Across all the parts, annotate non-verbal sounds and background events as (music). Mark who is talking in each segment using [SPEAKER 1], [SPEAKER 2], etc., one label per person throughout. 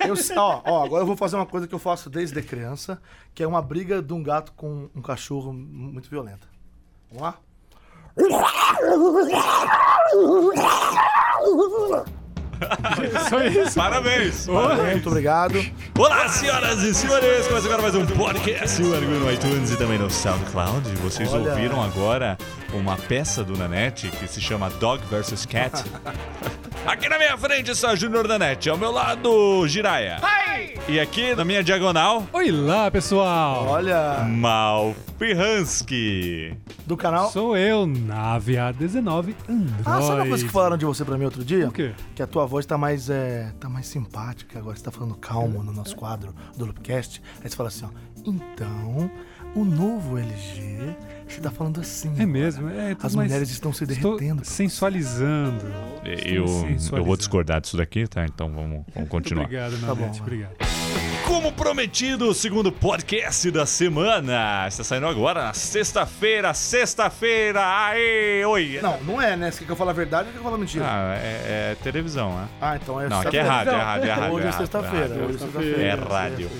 [SPEAKER 1] Eu, ó, ó, agora eu vou fazer uma coisa que eu faço desde criança, que é uma briga de um gato com um cachorro muito violenta. Vamos lá?
[SPEAKER 2] Só isso.
[SPEAKER 3] Parabéns!
[SPEAKER 1] Muito obrigado.
[SPEAKER 3] Olá, senhoras e senhores! Começa agora mais um podcast o Arguilho no iTunes e também no SoundCloud. Vocês
[SPEAKER 1] Olha.
[SPEAKER 3] ouviram agora uma peça do Nanete que se chama Dog vs Cat. (laughs) Aqui na minha frente está Júnior Nanete, ao meu lado, Jiraya. E aqui na minha diagonal,
[SPEAKER 2] Oi lá, pessoal.
[SPEAKER 1] Olha,
[SPEAKER 3] Malpihansky.
[SPEAKER 1] do canal.
[SPEAKER 2] Sou eu, Nave A19 Android.
[SPEAKER 1] Ah, sabe uma coisa que falaram de você pra mim outro dia?
[SPEAKER 2] O quê?
[SPEAKER 1] Que a tua voz tá mais, é, tá mais simpática agora. Você tá falando calmo no nosso quadro do Loopcast. Aí você fala assim, ó. Então, o novo LG, você tá falando assim.
[SPEAKER 2] É mesmo, é tudo
[SPEAKER 1] As
[SPEAKER 2] mais-
[SPEAKER 1] mulheres estão se
[SPEAKER 2] Estou
[SPEAKER 1] derretendo.
[SPEAKER 2] sensualizando. Estou
[SPEAKER 3] Eu, eu vou
[SPEAKER 2] sensualizando.
[SPEAKER 3] discordar disso daqui, tá? Então vamos, vamos continuar.
[SPEAKER 2] Obrigado,
[SPEAKER 1] Tá bom,
[SPEAKER 2] Nanete.
[SPEAKER 1] vai.
[SPEAKER 2] obrigado.
[SPEAKER 3] Como prometido, o segundo podcast da semana. Está saindo agora na sexta-feira, sexta-feira. Aê, oi.
[SPEAKER 1] Não, não é, né? Você quer que eu fale a verdade ou quer que eu fale mentira?
[SPEAKER 3] Ah, é, é televisão, né?
[SPEAKER 1] Ah, então é
[SPEAKER 3] Não, aqui é
[SPEAKER 1] sexta-feira.
[SPEAKER 3] rádio, é rádio, é rádio.
[SPEAKER 1] Hoje
[SPEAKER 3] é
[SPEAKER 1] é
[SPEAKER 3] rádio,
[SPEAKER 1] sexta-feira.
[SPEAKER 3] rádio.
[SPEAKER 1] Hoje é sexta-feira.
[SPEAKER 3] É rádio.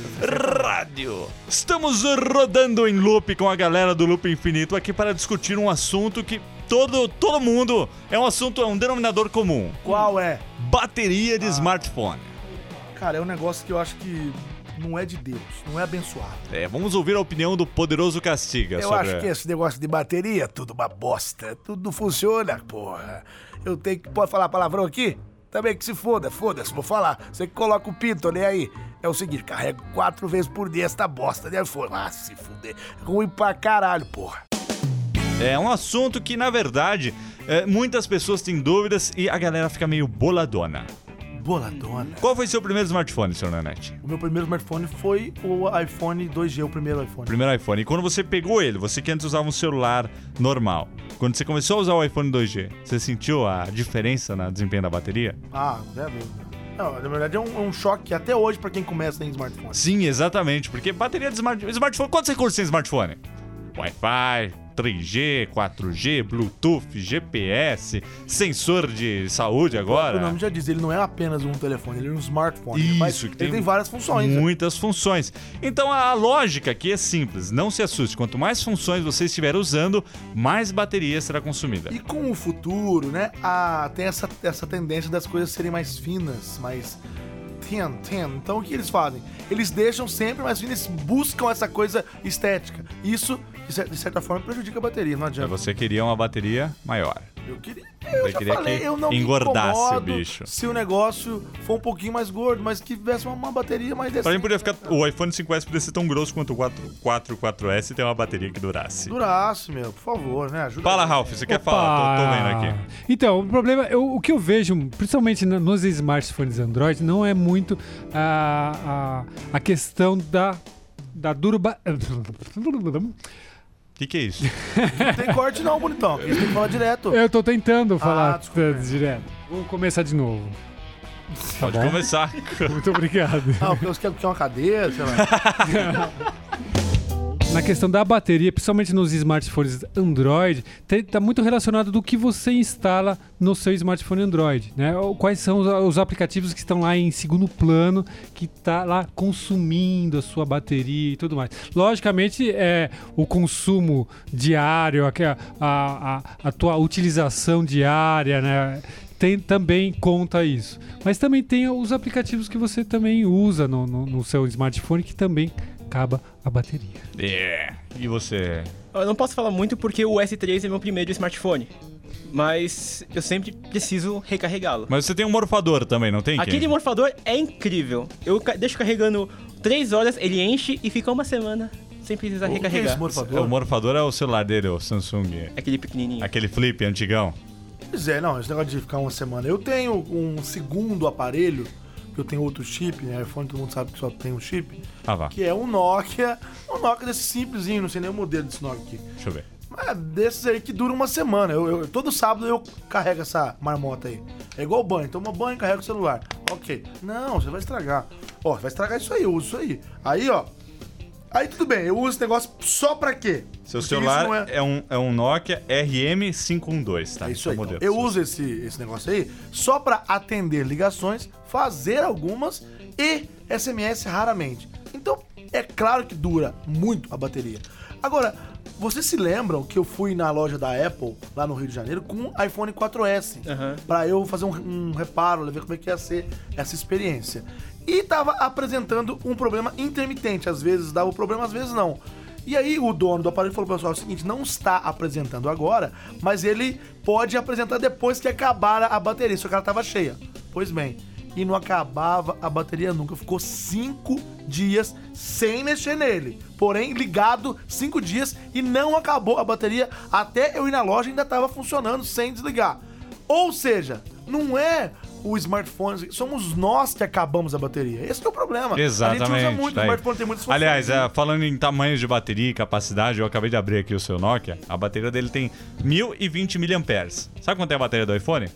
[SPEAKER 3] Rádio. Estamos rodando em loop com a galera do Loop Infinito aqui para discutir um assunto que todo, todo mundo é um assunto, é um denominador comum.
[SPEAKER 1] Qual é?
[SPEAKER 3] Bateria de smartphone.
[SPEAKER 1] Cara, é um negócio que eu acho que não é de Deus, não é abençoado.
[SPEAKER 3] É, vamos ouvir a opinião do poderoso Castiga
[SPEAKER 1] Eu
[SPEAKER 3] É sobre
[SPEAKER 1] acho que esse negócio de bateria é tudo uma bosta. é Tudo não funciona, porra. Eu tenho que. Pode falar palavrão aqui? Também que se foda, foda-se, vou falar. Você que coloca o pinto, né? Aí é o seguinte: carrego quatro vezes por dia esta bosta de iPhone. Ah, se fuder. Ruim pra caralho, porra.
[SPEAKER 3] É um assunto que, na verdade, é, muitas pessoas têm dúvidas e a galera fica meio boladona.
[SPEAKER 1] Boladona.
[SPEAKER 3] Qual foi seu primeiro smartphone, senhor Nanete?
[SPEAKER 1] O meu primeiro smartphone foi o iPhone 2G, o primeiro iPhone.
[SPEAKER 3] Primeiro iPhone. E quando você pegou ele, você que antes usava um celular normal, quando você começou a usar o iPhone 2G, você sentiu a diferença na desempenho da bateria?
[SPEAKER 1] Ah, não é mesmo. Não, na verdade é um, é um choque até hoje pra quem começa em smartphone.
[SPEAKER 3] Sim, exatamente, porque bateria de smart- smartphone. Quantos recursos tem smartphone? Wi-Fi, 3G, 4G, Bluetooth, GPS, sensor de saúde agora.
[SPEAKER 1] O nome já diz, ele não é apenas um telefone, ele é um smartphone.
[SPEAKER 3] Isso,
[SPEAKER 1] ele faz-
[SPEAKER 3] que
[SPEAKER 1] ele
[SPEAKER 3] tem
[SPEAKER 1] tem várias funções. né?
[SPEAKER 3] Muitas funções. Então a lógica aqui é simples, não se assuste. Quanto mais funções você estiver usando, mais bateria será consumida.
[SPEAKER 1] E com o futuro, né? a- tem essa, essa tendência das coisas serem mais finas, mais. Thin, thin. Então o que eles fazem? Eles deixam sempre mais finas, buscam essa coisa estética. Isso, de cer- de certa forma, prejudica a bateria, não adianta.
[SPEAKER 3] Você queria uma bateria maior.
[SPEAKER 1] Eu queria. Eu,
[SPEAKER 3] Eu
[SPEAKER 1] já
[SPEAKER 3] queria
[SPEAKER 1] falei,
[SPEAKER 3] que
[SPEAKER 1] eu não me
[SPEAKER 3] engordasse o
[SPEAKER 1] incomodo
[SPEAKER 3] bicho.
[SPEAKER 1] Se o negócio for um pouquinho mais gordo, mas que tivesse uma, uma bateria mais
[SPEAKER 3] Pra mim
[SPEAKER 1] decente.
[SPEAKER 3] podia ficar. O iPhone 5S podia ser tão grosso quanto o 4, 4 4S e ter uma bateria que durasse.
[SPEAKER 1] Durasse, meu, por favor, né? Ajuda.
[SPEAKER 3] Fala, Ralph, você quer
[SPEAKER 2] Opa!
[SPEAKER 3] falar? Tô, tô vendo aqui.
[SPEAKER 2] Então, o problema, eu- o que eu vejo, principalmente na- nos smartphones Android, não é muito a, a, a questão da, da durba... (laughs)
[SPEAKER 3] O que, que é
[SPEAKER 1] (laughs)
[SPEAKER 3] isso?
[SPEAKER 1] Tá Não tem corte, não, bonitão. Aqui Tem que falar direto.
[SPEAKER 2] Eu tô tentando falar
[SPEAKER 1] Ah, desculpa.
[SPEAKER 2] t- direto. Vou começar de novo.
[SPEAKER 3] Pode
[SPEAKER 1] (laughs)
[SPEAKER 3] começar.
[SPEAKER 2] Muito obrigado.
[SPEAKER 1] Ah, porque você quer que é uma cadeira, sei lá.
[SPEAKER 2] Na questão da bateria, principalmente nos smartphones Android, te- tá muito relacionado do que você instala no seu smartphone Android, né? Ou Quais são os, os aplicativos que estão lá em segundo plano, que tá lá consumindo a sua bateria e tudo mais. Logicamente, é o consumo diário, a, a, a, a tua utilização diária, né? Tem, também conta isso. Mas também tem os aplicativos que você também usa no, no, no seu smartphone que também acaba a bateria.
[SPEAKER 3] É. E você?
[SPEAKER 4] Eu não posso falar muito porque o S3 é meu primeiro smartphone. Mas eu sempre preciso recarregá-lo.
[SPEAKER 3] Mas você tem um morfador também, não tem?
[SPEAKER 4] Aquele
[SPEAKER 3] Ken?
[SPEAKER 4] morfador é incrível. Eu ca- deixo carregando 3 horas, ele enche e fica uma semana sem
[SPEAKER 1] O
[SPEAKER 4] precisar
[SPEAKER 1] que é esse
[SPEAKER 4] recarregar.
[SPEAKER 3] É, O
[SPEAKER 1] morfador?
[SPEAKER 3] morfador é o celular dele, o Samsung.
[SPEAKER 4] Aquele pequenininho.
[SPEAKER 3] Aquele flip antigão.
[SPEAKER 1] Pois é, não, esse negócio de ficar uma semana. Eu tenho um segundo aparelho, que eu tenho outro chip, né? iPhone todo mundo sabe que só tem um chip,
[SPEAKER 3] Ah, vá.
[SPEAKER 1] que é um Nokia. Um Nokia desse simplesinho, não sei nem o modelo desse Nokia aqui.
[SPEAKER 3] Deixa eu ver.
[SPEAKER 1] Mas Ah, desses aí que dura uma semana. Eu, eu- todo sábado eu carrego essa marmota aí. É igual banho. Toma banho, carrega o celular. Ok. Não, você vai estragar. Ó, vai estragar isso aí, eu uso isso aí. Aí, ó. Aí tudo bem, eu uso esse negócio só pra quê?
[SPEAKER 3] Seu
[SPEAKER 1] Porque isso não
[SPEAKER 3] celular
[SPEAKER 1] é-
[SPEAKER 3] é... um, é um Nokia RM512, tá?
[SPEAKER 1] É isso
[SPEAKER 3] Esse
[SPEAKER 1] aí. então.
[SPEAKER 3] o modelo.
[SPEAKER 1] Eu uso esse, esse negócio aí só pra atender ligações, fazer algumas e SMS raramente. Então, é claro que dura muito a bateria. Agora, vocês se lembram que eu fui na loja da Apple, lá no Rio de Janeiro, com um iPhone 4S,
[SPEAKER 4] Aham.
[SPEAKER 1] pra eu fazer um, um reparo, ver como é que ia ser essa experiência. E tava apresentando um problema intermitente, às vezes dava o problema, às vezes não. E aí o dono do aparelho falou pro pessoal "É o seguinte, não está apresentando agora, mas ele pode apresentar depois que acabar a bateria, só que ela tava cheia. Pois bem, e não acabava a bateria nunca, ficou cinco dias sem mexer nele. Porém, ligado cinco dias e não acabou a bateria, até eu ir na loja ainda estava funcionando sem desligar. Ou seja, não é o smartphone, somos nós que acabamos a bateria. Esse que é o problema.
[SPEAKER 3] Exatamente.
[SPEAKER 1] A gente usa muito, né?
[SPEAKER 3] tá
[SPEAKER 1] o
[SPEAKER 3] aí.
[SPEAKER 1] smartphone tem muitas funções.
[SPEAKER 3] Aliás, é, falando em tamanhos de bateria e capacidade, eu acabei de abrir aqui o seu Nokia. A bateria dele tem 1020 mAh. Sabe quanto é a bateria do iPhone?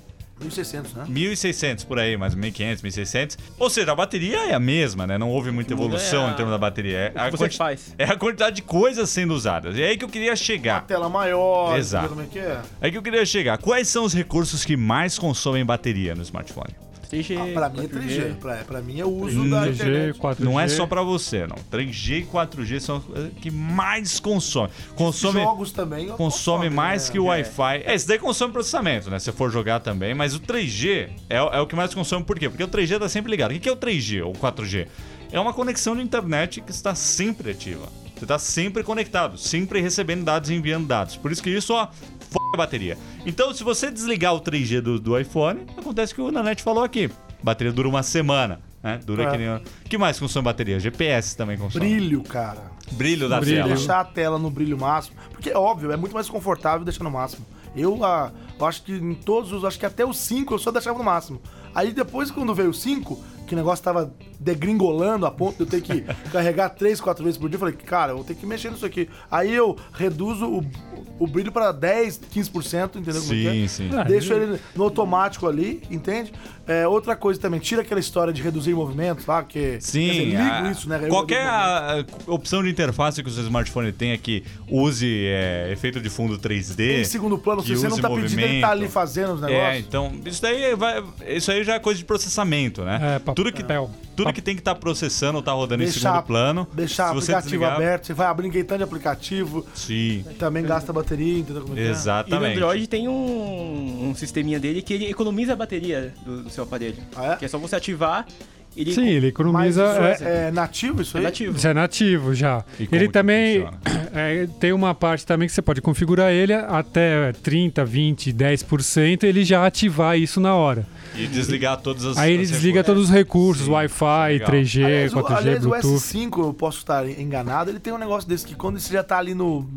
[SPEAKER 1] 1600, né?
[SPEAKER 3] 1.600 por aí, mas 1.500, 1.600. Ou seja, a bateria é a mesma, né? Não houve muita
[SPEAKER 4] muda
[SPEAKER 3] evolução
[SPEAKER 4] é a-
[SPEAKER 3] em termos da bateria. É a
[SPEAKER 4] você faz.
[SPEAKER 3] É a quantidade de coisas sendo usadas. E é aí que eu queria chegar.
[SPEAKER 1] Tela maior,
[SPEAKER 3] Exato.
[SPEAKER 1] como é que é?
[SPEAKER 3] É aí que eu queria chegar. Quais são os recursos que mais consomem bateria no smartphone?
[SPEAKER 4] 3G.
[SPEAKER 1] Ah, pra mim é 3G, pra, pra mim é o uso da
[SPEAKER 2] 3G,
[SPEAKER 1] internet.
[SPEAKER 2] 4G.
[SPEAKER 3] Não é só pra você, não. 3G e 4G são as que mais consomem. Consome,
[SPEAKER 1] Jogos também.
[SPEAKER 3] consome mais
[SPEAKER 1] Tá né?
[SPEAKER 3] que o Wi-Fi. É, isso daí consome processamento, né? Se você for jogar também. Mas o 3G é, é o que mais consome. Por quê? Porque o 3G tá sempre ligado. O que que é o 3G ou 4G? É uma conexão de internet que está sempre ativa. Você está sempre conectado, sempre recebendo dados e enviando dados. Por isso que isso, ó, f a bateria. Então, se você desligar o 3G do, do iPhone, acontece o que o Nanete falou aqui. Bateria dura uma semana, né? Dura
[SPEAKER 1] É.
[SPEAKER 3] que nem... O que mais consome bateria? GPS também consome.
[SPEAKER 1] Brilho, cara.
[SPEAKER 3] Brilho da
[SPEAKER 2] Brilho.
[SPEAKER 3] tela.
[SPEAKER 1] Deixar a tela no brilho máximo. Porque, é óbvio, é muito mais confortável deixar no máximo. Eu, ah, eu acho que em todos os. Acho que até o 5 eu só deixava no máximo. Aí depois, quando veio o 5, que o negócio tava degringolando a ponto de eu ter que
[SPEAKER 3] (laughs)
[SPEAKER 1] carregar 3, 4 vezes por dia, eu falei, cara, eu vou ter que mexer nisso aqui. Aí eu reduzo o, o brilho pra 10, 15%, entendeu? como é que é?
[SPEAKER 3] Sim, sim.
[SPEAKER 2] Ah,
[SPEAKER 1] Deixa ele no automático ali, entende? É, outra coisa também, tira aquela história de reduzir movimentos lá, que.
[SPEAKER 3] Sim,
[SPEAKER 1] quer dizer, ligo
[SPEAKER 3] a-
[SPEAKER 1] isso, né? Eu
[SPEAKER 3] qualquer
[SPEAKER 1] reduzo movimentos.
[SPEAKER 3] a- a opção de interface que o seu smartphone tenha que use é, efeito de fundo 3D.
[SPEAKER 1] Em um segundo plano, se
[SPEAKER 3] É, que
[SPEAKER 1] você não
[SPEAKER 3] use
[SPEAKER 1] tá pedindo, ele tá ali
[SPEAKER 3] movimento.
[SPEAKER 1] fazendo os
[SPEAKER 3] É,
[SPEAKER 1] negócios.
[SPEAKER 3] então, isso daí, vai, isso aí já é coisa de processamento, né?
[SPEAKER 2] É, pa-
[SPEAKER 3] tudo que,
[SPEAKER 2] papel.
[SPEAKER 3] tudo que tem que estar processando ou tá rodando em segundo plano.
[SPEAKER 1] Deixar
[SPEAKER 3] se você
[SPEAKER 1] aplicativo
[SPEAKER 3] desligar- É.
[SPEAKER 1] aberto, você vai abrir gritando de aplicativo,
[SPEAKER 3] Sim,
[SPEAKER 1] também gasta bateria, entendeu como é que é?
[SPEAKER 4] E no
[SPEAKER 3] exatamente.
[SPEAKER 4] Android tem um, um sisteminha dele que ele economiza a bateria do, do seu aparelho.
[SPEAKER 1] Ah, é?
[SPEAKER 4] Que é só você ativar, ele
[SPEAKER 2] Sim, ele
[SPEAKER 1] Mas
[SPEAKER 2] economiza.
[SPEAKER 1] isso é,
[SPEAKER 2] é-
[SPEAKER 1] é nativo isso
[SPEAKER 4] é
[SPEAKER 1] aí?
[SPEAKER 4] nativo.
[SPEAKER 2] já é nativo já.
[SPEAKER 3] E como
[SPEAKER 2] Ele
[SPEAKER 3] que
[SPEAKER 2] também
[SPEAKER 3] funciona?
[SPEAKER 2] (clears throat) é, tem uma parte também que você pode configurar ele até 30, 20, 10%, ele já ativar isso na hora.
[SPEAKER 3] E desligar todas as
[SPEAKER 2] Aí ele
[SPEAKER 3] as
[SPEAKER 2] desliga todos os recursos, Wi-Fi,
[SPEAKER 3] legal.
[SPEAKER 2] 3G,
[SPEAKER 1] aliás, o-
[SPEAKER 2] 4G,
[SPEAKER 1] aliás, o
[SPEAKER 2] Bluetooth.
[SPEAKER 1] S5, eu posso estar enganado, ele tem um negócio desse que quando você já tá ali no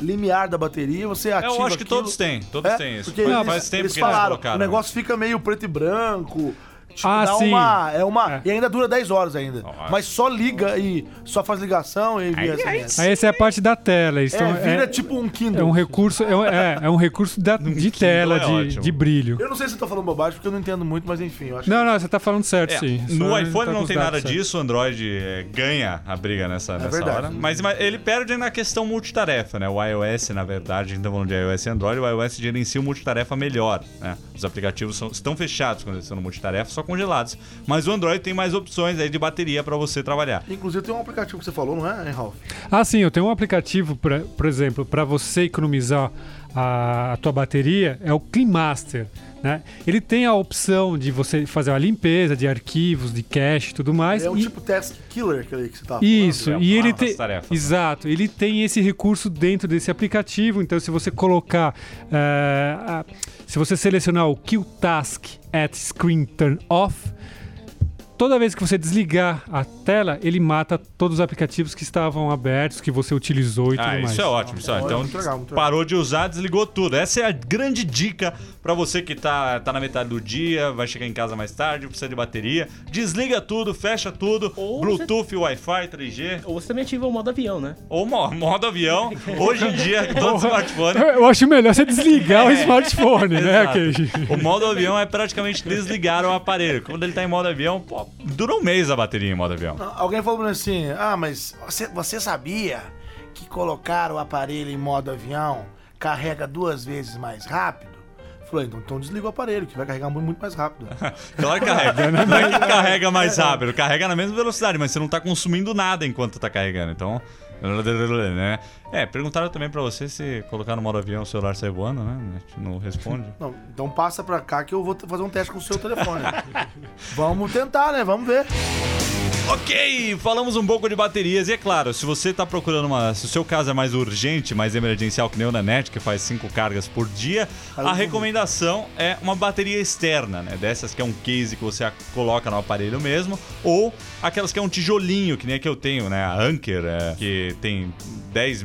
[SPEAKER 1] limiar da bateria, você ativa
[SPEAKER 3] É, Eu acho que
[SPEAKER 1] aquilo.
[SPEAKER 3] todos têm, todos
[SPEAKER 1] É,
[SPEAKER 3] têm isso.
[SPEAKER 1] Porque
[SPEAKER 3] Faz-
[SPEAKER 1] eles,
[SPEAKER 3] faz tempo
[SPEAKER 1] eles
[SPEAKER 3] que eles
[SPEAKER 1] falaram,
[SPEAKER 3] colocaram.
[SPEAKER 1] o negócio fica meio preto e branco. Tipo,
[SPEAKER 2] Ah,
[SPEAKER 1] dá
[SPEAKER 2] sim.
[SPEAKER 1] uma. É uma.
[SPEAKER 2] É.
[SPEAKER 1] E ainda dura 10 horas ainda.
[SPEAKER 3] Nossa.
[SPEAKER 1] Mas só liga e só faz ligação e envia SMS.
[SPEAKER 2] Aí essa é a parte da tela. isso
[SPEAKER 1] É, vira
[SPEAKER 2] é,
[SPEAKER 1] tipo um Kindle.
[SPEAKER 2] é um recurso, é, um- é- é um
[SPEAKER 3] (laughs)
[SPEAKER 2] recurso da- de tela,
[SPEAKER 3] é
[SPEAKER 2] de,
[SPEAKER 3] ótimo.
[SPEAKER 2] de brilho.
[SPEAKER 1] Eu não sei se eu tô falando bobagem, porque eu não entendo muito, mas enfim, eu acho
[SPEAKER 2] Não, não, você tá falando certo,
[SPEAKER 3] É,
[SPEAKER 2] sim.
[SPEAKER 3] no
[SPEAKER 2] Só
[SPEAKER 3] iPhone
[SPEAKER 2] tá com
[SPEAKER 3] não
[SPEAKER 2] os
[SPEAKER 3] tem
[SPEAKER 2] dados
[SPEAKER 3] nada
[SPEAKER 2] certos.
[SPEAKER 3] disso, o Android é, ganha a briga nessa, nessa
[SPEAKER 1] verdade.
[SPEAKER 3] hora. Mas, mas ele perde na questão multitarefa, né? O iOS, na verdade, a gente tá falando de iOS e Android, o iOS gerencia o multitarefa melhor, né? Os aplicativos são- estão fechados quando eles estão no multitarefa, só congelados. Mas o Android tem mais opções aí de bateria para você trabalhar.
[SPEAKER 1] que. Inclusive tem um aplicativo que você falou, não é, hein, Ralph?
[SPEAKER 2] Ah, sim, eu tenho um aplicativo, pra, por exemplo, para você economizar a, a tua bateria, é o CleanMaster. Né? Ele tem a opção de você fazer uma limpeza de arquivos, de cache e tudo mais.
[SPEAKER 1] É um
[SPEAKER 2] e-
[SPEAKER 1] tipo task killer aquele que você tá falando.
[SPEAKER 2] Isso,
[SPEAKER 3] é
[SPEAKER 2] e
[SPEAKER 3] uma
[SPEAKER 2] ele
[SPEAKER 3] das
[SPEAKER 2] tem.
[SPEAKER 3] tarefas, né?
[SPEAKER 2] Exato, ele tem esse recurso dentro desse aplicativo. Então, se você colocar. eh, a- se você selecionar o Kill Task at Screen Turn Off, toda vez que você desligar a tela, ele mata todos os aplicativos que estavam abertos, que você utilizou e tudo
[SPEAKER 3] Ah,
[SPEAKER 2] mais.
[SPEAKER 3] isso é ótimo. Isso é ótimo.
[SPEAKER 1] Olha,
[SPEAKER 3] Então,
[SPEAKER 1] muito legal, muito legal.
[SPEAKER 3] parou de usar, desligou tudo. Essa é a grande dica pra você que tá, tá na metade do dia, vai chegar em casa mais tarde, precisa de bateria. Desliga tudo, fecha tudo.
[SPEAKER 4] Ou
[SPEAKER 3] Bluetooth, Wi-Fi, 3G.
[SPEAKER 4] Ou você também ativa o modo avião, né?
[SPEAKER 3] Ou mo- modo avião. Hoje em
[SPEAKER 2] (laughs)
[SPEAKER 3] dia, todo smartphone.
[SPEAKER 2] Eu acho melhor
[SPEAKER 3] (laughs)
[SPEAKER 2] você desligar o (laughs) smartphone, né,
[SPEAKER 3] Exato.
[SPEAKER 2] Keiji?
[SPEAKER 3] O modo avião é praticamente desligar o aparelho. Quando ele tá em modo avião, pô, dura um mês a bateria em modo avião.
[SPEAKER 1] Não, Alguém falou pra mim assim, ah, mas você, você sabia que colocar o aparelho em modo avião carrega duas vezes mais rápido? Falei, então, então desliga o aparelho, que vai carregar mu- muito mais
[SPEAKER 3] (laughs)
[SPEAKER 1] rápido.
[SPEAKER 3] Claro que carrega. Não é que carrega mais rápido, carrega na mesma velocidade, mas você não tá consumindo nada enquanto tá carregando. Então. né? É, perguntaram também pra você se colocar no modo avião o celular sai voando, né? A gente não responde.
[SPEAKER 1] Não, então passa pra cá que eu vou t- fazer um teste com o seu telefone. Vamos tentar, né? Vamos ver.
[SPEAKER 3] Ok, falamos um pouco de baterias. E é claro, se você tá procurando uma. Se o seu caso é mais urgente, mais emergencial que nem o da NET, que faz cinco cargas por dia, a recomendação é uma bateria externa, né? Dessas que é um case que você a- coloca no aparelho mesmo, ou aquelas que é um tijolinho, que nem a que eu tenho, né? A Anker, é, que tem 10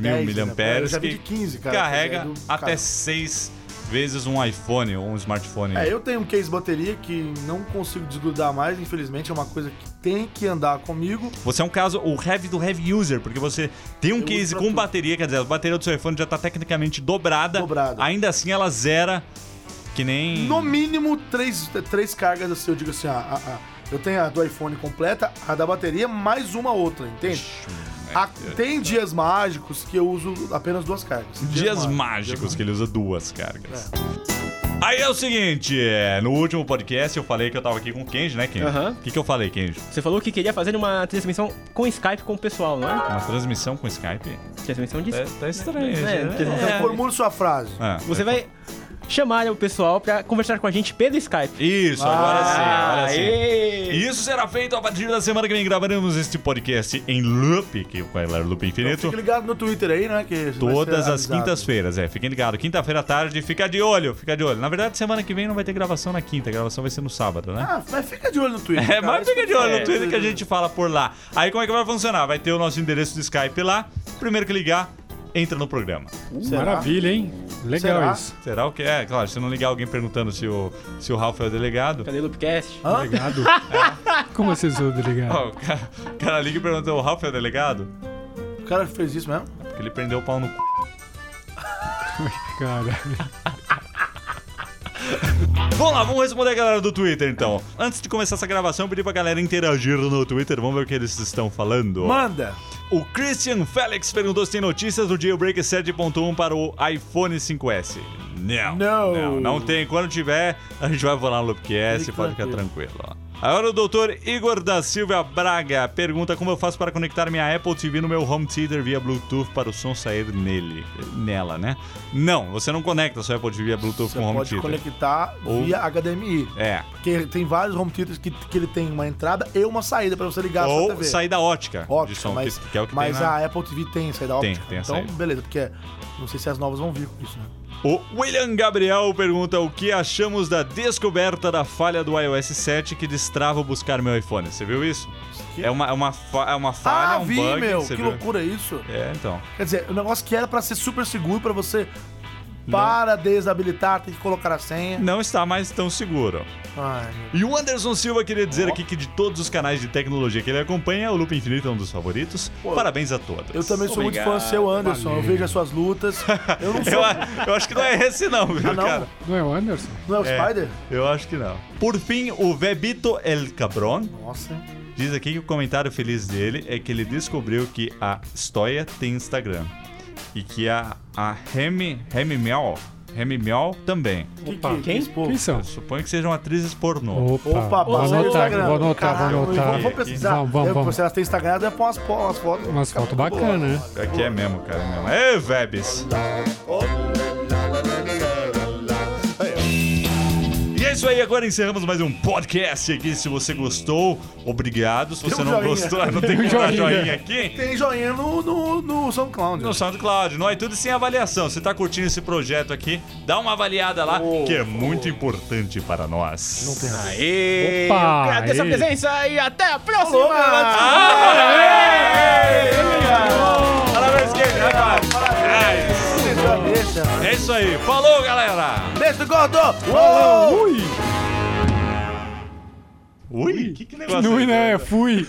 [SPEAKER 1] 10,
[SPEAKER 3] mil
[SPEAKER 1] né? Eu
[SPEAKER 3] miliamperes,
[SPEAKER 1] já vi
[SPEAKER 3] que
[SPEAKER 1] de 15, cara,
[SPEAKER 3] carrega
[SPEAKER 1] que é do
[SPEAKER 3] até
[SPEAKER 1] carro.
[SPEAKER 3] 6 vezes um iPhone ou um smartphone.
[SPEAKER 1] É, eu tenho um case bateria que não consigo desgrudar mais, infelizmente. É uma coisa que tem que andar comigo.
[SPEAKER 3] Você é um caso, o heavy do heavy user, porque você tem um
[SPEAKER 1] Eu
[SPEAKER 3] case
[SPEAKER 1] uso pra
[SPEAKER 3] com
[SPEAKER 1] tudo.
[SPEAKER 3] bateria, quer dizer, a bateria do seu iPhone já tá tecnicamente dobrada.
[SPEAKER 1] Dobrada.
[SPEAKER 3] Ainda assim ela zera, que nem.
[SPEAKER 1] No mínimo, três, três cargas, assim, eu digo assim, ah, ah, ah, eu tenho a do iPhone completa, a da bateria, mais uma outra, entende?
[SPEAKER 3] é
[SPEAKER 1] A- tem dias mágicos que eu uso apenas duas cargas.
[SPEAKER 3] Dias mágicos, que ele usa duas cargas. Aí é o seguinte, é, no último podcast eu falei que eu tava aqui com o Kenji, né, Kenji? O
[SPEAKER 4] Aham.
[SPEAKER 3] que, que eu falei, Kenji?
[SPEAKER 4] Você falou que queria fazer uma transmissão com Skype com o pessoal, não é?
[SPEAKER 3] Uma transmissão com Skype?
[SPEAKER 4] Transmissão de
[SPEAKER 3] Tá, tá estranho.
[SPEAKER 4] É,
[SPEAKER 3] né?
[SPEAKER 4] transmissão
[SPEAKER 1] Então, formule sua frase.
[SPEAKER 3] Ah,
[SPEAKER 4] Você vai chamar o pessoal pra conversar com a gente pelo Skype.
[SPEAKER 3] Isso, agora sim,
[SPEAKER 4] Ah,
[SPEAKER 3] assim. agora sim.
[SPEAKER 4] é. Aê!
[SPEAKER 3] E Isso será feito a partir da semana que vem. Gravaremos este podcast em loop, que é o loop infinito.
[SPEAKER 1] Fique ligado no Twitter aí, né? Que vai ser
[SPEAKER 3] Todas as
[SPEAKER 1] avisado.
[SPEAKER 3] quintas-feiras, é. Fiquem ligados. Quinta-feira à tarde, fica de olho, fica de olho. Na verdade, semana que vem não vai ter gravação na quinta, a gravação vai ser no sábado, né?
[SPEAKER 1] Ah, mas fica de olho no Twitter.
[SPEAKER 3] (laughs) É,
[SPEAKER 1] cara.
[SPEAKER 3] mas fica de olho no
[SPEAKER 1] É,
[SPEAKER 3] Twitter que a
[SPEAKER 1] tudo.
[SPEAKER 3] gente fala por lá. Aí como é que vai funcionar? Vai ter o nosso endereço do Skype lá. Primeiro que ligar, entra no programa.
[SPEAKER 1] Será?
[SPEAKER 2] Maravilha, hein? Legal
[SPEAKER 1] Será?
[SPEAKER 2] isso.
[SPEAKER 3] Será o que é? Claro, se não ligar alguém perguntando se o, se o Ralph é o delegado. (laughs)
[SPEAKER 4] Cadê o Loopcast?
[SPEAKER 1] Hã?
[SPEAKER 2] Delegado. Como assim,
[SPEAKER 3] (laughs)
[SPEAKER 2] sou delegado?
[SPEAKER 3] Ó, o, cara, o cara liga e pergunta, o Ralph é o delegado?
[SPEAKER 1] O cara fez isso mesmo?
[SPEAKER 3] Porque ele prendeu o pau no c...
[SPEAKER 2] Cara.
[SPEAKER 3] Vamos lá, vamos responder a galera do Twitter então. Antes de começar essa gravação, eu pedi pra galera interagir no Twitter, vamos ver o que eles estão falando.
[SPEAKER 1] Manda!
[SPEAKER 3] O Christian Felix perguntou se tem notícias do jailbreak 7.1 para o iPhone 5S. Não,
[SPEAKER 1] Não.
[SPEAKER 3] não, não tem. Quando tiver, a gente vai falar no Loopcast,
[SPEAKER 1] Fique
[SPEAKER 3] pode ficar tranquilo. ó. Agora o doutor Igor da Silva Braga pergunta como eu faço para conectar minha Apple TV no meu home theater via Bluetooth para o som sair nele, nela, né? Não, você não conecta sua Apple TV via Bluetooth
[SPEAKER 1] Você
[SPEAKER 3] com o Um home
[SPEAKER 1] pode
[SPEAKER 3] theater.
[SPEAKER 1] conectar
[SPEAKER 3] Ou-
[SPEAKER 1] via HDMI.
[SPEAKER 3] É,
[SPEAKER 1] Porque tem vários home theaters que, que ele tem uma entrada e uma saída pra você ligar a sua
[SPEAKER 3] ou
[SPEAKER 1] TV.
[SPEAKER 3] sair da ótica, de
[SPEAKER 1] óptica,
[SPEAKER 3] som,
[SPEAKER 1] mas,
[SPEAKER 3] que, que é o que
[SPEAKER 1] mas
[SPEAKER 3] tem na...
[SPEAKER 1] a Apple TV tem saída
[SPEAKER 3] Tem,
[SPEAKER 1] óptica.
[SPEAKER 3] tem a
[SPEAKER 1] então,
[SPEAKER 3] saída.
[SPEAKER 1] beleza, porque não sei se as novas vão vir com isso, né?
[SPEAKER 3] O William Gabriel pergunta o que achamos da descoberta da falha do iOS 7 que destrava o buscar meu iPhone. Você viu isso?
[SPEAKER 1] Que-
[SPEAKER 3] É uma, é uma, fa- é uma falha,
[SPEAKER 1] ah,
[SPEAKER 3] um
[SPEAKER 1] vi,
[SPEAKER 3] bug.
[SPEAKER 1] meu!
[SPEAKER 3] você
[SPEAKER 1] Que
[SPEAKER 3] viu?
[SPEAKER 1] loucura é isso?
[SPEAKER 3] É, então.
[SPEAKER 1] Quer dizer, o negócio que era pra ser super seguro, pra você... Para desabilitar, tem que colocar a senha.
[SPEAKER 3] Não está mais tão seguro.
[SPEAKER 1] Ai, meu
[SPEAKER 3] E o Anderson Silva queria dizer aqui que de todos os canais de tecnologia que ele acompanha, o Loop Infinito é um dos favoritos. Parabéns a todos.
[SPEAKER 1] Eu também sou
[SPEAKER 4] Obrigado.
[SPEAKER 1] muito fã seu, Anderson. Eu vejo as suas lutas. Eu não sou.
[SPEAKER 3] (laughs) Eu, a- eu acho que não é esse não, viu,
[SPEAKER 1] Ah, não?
[SPEAKER 3] cara?
[SPEAKER 2] Não é o Anderson?
[SPEAKER 1] Não é o
[SPEAKER 3] É,
[SPEAKER 1] Spider?
[SPEAKER 3] eu acho que não. Por fim, o Vebito El Cabron
[SPEAKER 1] Nossa, hein?
[SPEAKER 3] Diz aqui que o comentário feliz dele é que ele descobriu que a Stoia tem Instagram. E que a, a Remy, Remy Mel, Remy Mel também.
[SPEAKER 1] Que,
[SPEAKER 2] Opa.
[SPEAKER 1] que,
[SPEAKER 4] Quem?
[SPEAKER 1] esse povo?
[SPEAKER 2] Quem são?
[SPEAKER 3] Eu suponho que sejam atrizes pornô.
[SPEAKER 2] Opa,
[SPEAKER 1] Opa, passa
[SPEAKER 2] vou
[SPEAKER 1] aí o
[SPEAKER 2] anotar,
[SPEAKER 1] Instagram.
[SPEAKER 2] vou anotar,
[SPEAKER 1] Caralho,
[SPEAKER 2] vou anotar.
[SPEAKER 1] Vamos, vamos pesquisar.
[SPEAKER 2] Vamos, vamos,
[SPEAKER 1] Eu,
[SPEAKER 2] vamos.
[SPEAKER 1] Se elas têm Instagram, deve pôr umas, fo- umas fotos.
[SPEAKER 2] Umas fotos bacanas, né?
[SPEAKER 3] Aqui é mesmo, cara. é Mesmo. Ê, Vebs! E é isso aí, agora encerramos mais um podcast aqui. Se você gostou, obrigado. Se você
[SPEAKER 1] um
[SPEAKER 3] não
[SPEAKER 1] joinha.
[SPEAKER 3] gostou, (laughs) não tem que dar joinha aqui.
[SPEAKER 1] Tem joinha no, no, no SoundCloud.
[SPEAKER 3] No SoundCloud, no iTunes é sem avaliação. Você tá curtindo esse projeto aqui, dá uma avaliada lá, que é muito importante para nós. Não tem nada.
[SPEAKER 4] Aê!
[SPEAKER 2] Opa,
[SPEAKER 4] Eu agradeço a
[SPEAKER 2] aê.
[SPEAKER 4] presença e até a próxima!
[SPEAKER 3] Parabéns, Gabe, rapaz.
[SPEAKER 1] Deixa.
[SPEAKER 3] É isso aí. Falou, galera.
[SPEAKER 1] Beijo do gordo!
[SPEAKER 2] Ui!
[SPEAKER 3] Ui, que, que negócio
[SPEAKER 2] Não,
[SPEAKER 3] é
[SPEAKER 2] né?
[SPEAKER 3] esse?
[SPEAKER 2] Fui!